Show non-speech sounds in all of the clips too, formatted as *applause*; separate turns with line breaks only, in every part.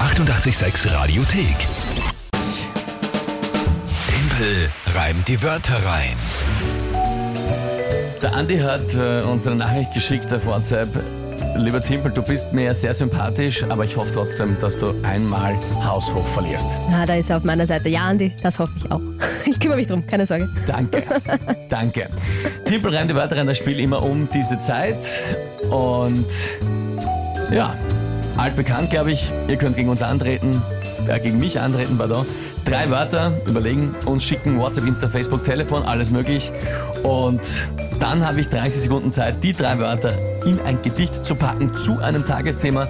886 Radiothek. Tempel reimt die Wörter rein.
Der Andi hat äh, uns eine Nachricht geschickt auf WhatsApp. Lieber Timpel, du bist mir sehr sympathisch, aber ich hoffe trotzdem, dass du einmal haushoch verlierst.
Na, da ist er auf meiner Seite. Ja, Andi, das hoffe ich auch. *laughs* Ich kümmere mich drum, keine Sorge.
Danke. Danke. Timpel reimt die Wörter rein, das Spiel immer um diese Zeit. Und ja, altbekannt, glaube ich. Ihr könnt gegen uns antreten, äh, gegen mich antreten, pardon. Drei Wörter überlegen, uns schicken, WhatsApp, Insta, Facebook, Telefon, alles möglich. Und dann habe ich 30 Sekunden Zeit, die drei Wörter in ein Gedicht zu packen zu einem Tagesthema,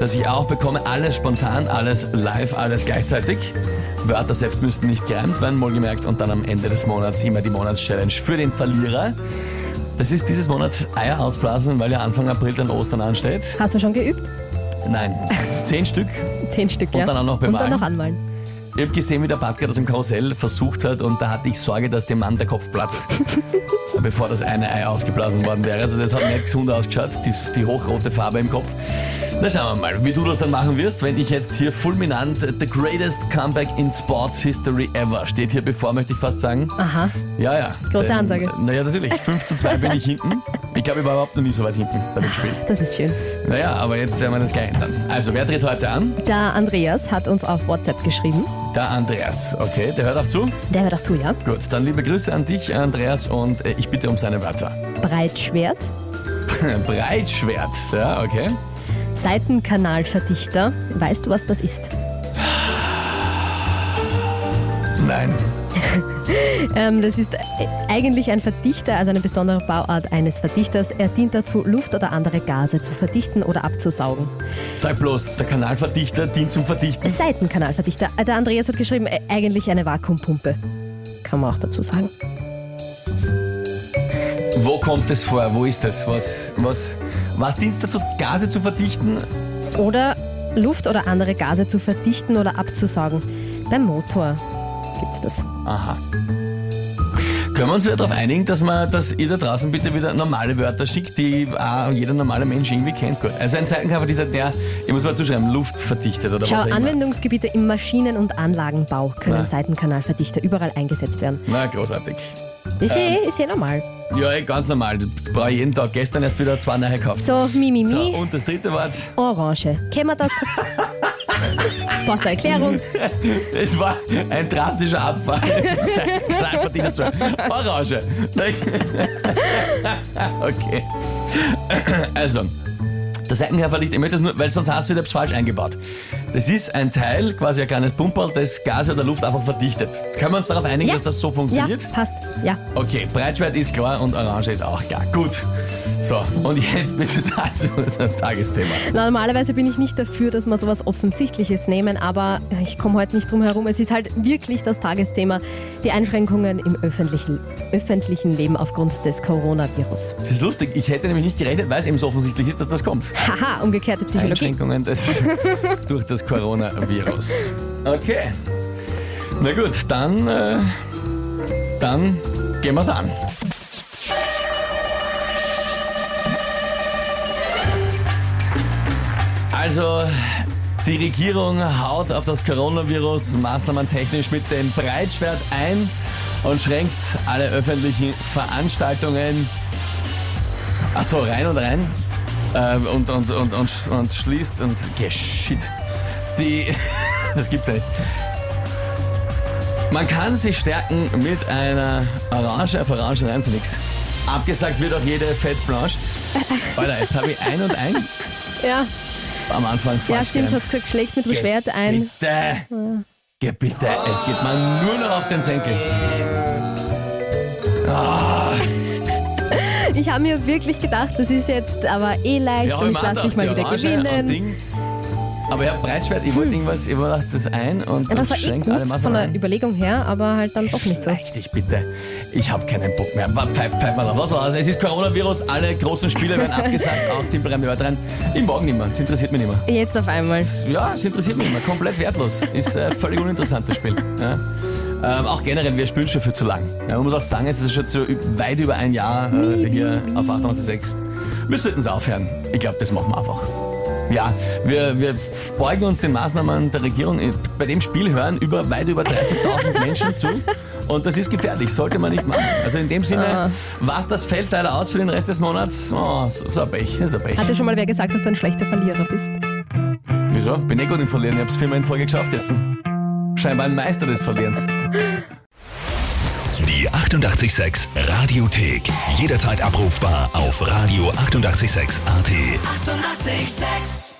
das ich auch bekomme. Alles spontan, alles live, alles gleichzeitig. Wörter selbst müssten nicht gereimt werden, wohlgemerkt. Und dann am Ende des Monats immer die Monatschallenge für den Verlierer. Das ist dieses Monat Eier ausblasen, weil ja Anfang April dann Ostern ansteht.
Hast du schon geübt?
Nein, zehn Stück.
Zehn Stück,
Und
ja.
dann auch noch
Und
bemalen.
dann noch anmalen.
Ich habe gesehen, wie der Batka das im Karussell versucht hat und da hatte ich Sorge, dass dem Mann der Kopf platzt, bevor das eine Ei ausgeblasen worden wäre. Also das hat nicht gesund ausgeschaut, die, die hochrote Farbe im Kopf. Na schauen wir mal, wie du das dann machen wirst, wenn ich jetzt hier fulminant The Greatest Comeback in Sports History Ever steht hier bevor, möchte ich fast sagen.
Aha.
Ja, ja.
Große
Denn,
Ansage.
Naja, natürlich. 5 zu 2 bin ich hinten. Ich glaube, ich war überhaupt noch nie so weit hinten bei dem Spiel.
Das ist schön.
Naja, aber jetzt werden wir das gleich ändern. Also, wer tritt heute an?
Der Andreas hat uns auf WhatsApp geschrieben.
Der Andreas. Okay, der hört auch zu.
Der hört auch zu, ja.
Gut, dann liebe Grüße an dich, Andreas, und äh, ich bitte um seine Wörter. *laughs*
Breitschwert,
Breitschwert, ja, okay.
Seitenkanalverdichter. Weißt du, was das ist?
Nein.
Ähm, das ist äh, eigentlich ein Verdichter, also eine besondere Bauart eines Verdichters. Er dient dazu, Luft oder andere Gase zu verdichten oder abzusaugen.
Sag bloß, der Kanalverdichter dient zum Verdichten.
Seitenkanalverdichter. Äh, Der Andreas hat geschrieben, äh, eigentlich eine Vakuumpumpe. Kann man auch dazu sagen.
Wo kommt es vor? Wo ist es? Was, was, was dient dazu, Gase zu verdichten?
Oder Luft oder andere Gase zu verdichten oder abzusaugen. Beim Motor gibt's das.
Aha. Können wir uns wieder darauf einigen, dass, man, dass ihr da draußen bitte wieder normale Wörter schickt, die ah, jeder normale Mensch irgendwie kennt? Gut. Also ein Seitenkanalverdichter, der, ich muss mal zuschreiben, Luft verdichtet oder
Schau,
was auch immer.
Anwendungsgebiete im Maschinen- und Anlagenbau können
Na.
Seitenkanalverdichter überall eingesetzt werden.
Na, großartig.
Ist,
Ähm.
eh, ist eh normal.
Ja, eh, ganz normal. Das brauche ich jeden Tag. Gestern erst wieder zwei neue gekauft.
So, Mimimi,
So, und das dritte Wort,
Orange.
*laughs*
Kennen wir das? Brauchst du eine Erklärung?
es war ein drastischer
*laughs*
Abfall. Seit einfach die dazu. Orange. *laughs* Okay. Also, das Seitenherverlicht, ich möchte das nur, weil sonst hast du wieder falsch eingebaut. Das ist ein Teil, quasi ein kleines Pumperl, das Gas oder Luft einfach verdichtet. Können wir uns darauf einigen, dass das so
ja,
funktioniert?
passt. Ja.
Okay, Breitschwert ist klar und Orange ist auch klar. Gut. So, und jetzt bitte *laughs* dazu das Tagesthema.
Normalerweise bin ich nicht dafür, dass wir sowas Offensichtliches nehmen, aber ich komme heute nicht drum herum. Es ist halt wirklich das Tagesthema, die Einschränkungen im öffentlichen, öffentlichen Leben aufgrund des Coronavirus.
Das ist lustig, ich hätte nämlich nicht gerechnet, weil es eben so offensichtlich ist, dass das kommt.
Haha, umgekehrte Psychologie.
Einschränkungen des, durch das Coronavirus. Okay. Na gut, dann, äh, dann gehen wir's an. Also, die Regierung haut auf das Coronavirus maßnahmentechnisch mit dem Breitschwert ein und schränkt alle öffentlichen Veranstaltungen Ach so, rein und rein. Äh, und, und, und, und, sch- und schließt und. Okay, shit. Die. *laughs* das gibt's ja nicht. Man kann sich stärken mit einer Orange. Auf Orange reimt nichts. Abgesagt wird auch jede Fett
*laughs*
Blanche. Alter, jetzt habe ich ein und ein
Ja,
am Anfang falsch
ja stimmt,
gereimt.
hast gesagt, schlägt mit dem Schwert ein.
Bitte. Geh bitte. Es geht man nur noch auf den Senkel.
Ich habe mir wirklich gedacht, das ist jetzt aber eh leicht und ich
hab
lasse
mir
dich mal wieder
gedacht, die Orange und
gewinnen.
Ding. Aber ich habe Breitschwert, ich wollte irgendwas, ich wollte das ein und,
Und das war
und
eh
schränkt alle
gut von
Maßnahmen.
der
ein.
Überlegung her, aber halt dann doch nicht so.
Schleich dich bitte. Ich habe keinen Bock mehr. Wa- Pfeif, pfeif mal raus, raus. Es ist Coronavirus, alle großen Spiele
*laughs*
werden abgesagt, auch Timpel rein, Wörter rein. Ich morgen nicht mehr, es interessiert mich nicht mehr.
Jetzt auf einmal.
Ja, es interessiert mich nicht mehr, komplett wertlos. Ist äh, völlig uninteressant, das Spiel. Ja. Ähm, auch generell, wir spielen schon für zu lang. Ja, man muss auch sagen, es ist schon zu, weit über ein Jahr äh, hier auf 896. Wir sollten es aufhören. Ich glaube, das machen wir einfach. Ja, wir, wir beugen uns den Maßnahmen der Regierung. Bei dem Spiel hören über, weit über 30.000 Menschen zu. Und das ist gefährlich, sollte man nicht machen. Also in dem Sinne,
Ah.
was das fällt leider aus für den Rest des Monats? Oh, so so ein Pech, ist ein Pech.
Hat dir schon mal wer gesagt, dass du ein schlechter Verlierer bist?
Wieso? Bin eh gut im Verlieren. Ich hab's viermal in Folge geschafft jetzt. Scheinbar ein Meister des Verlierens.
Die 886 Radiothek. Jederzeit abrufbar auf radio886.at. 886! 886.
886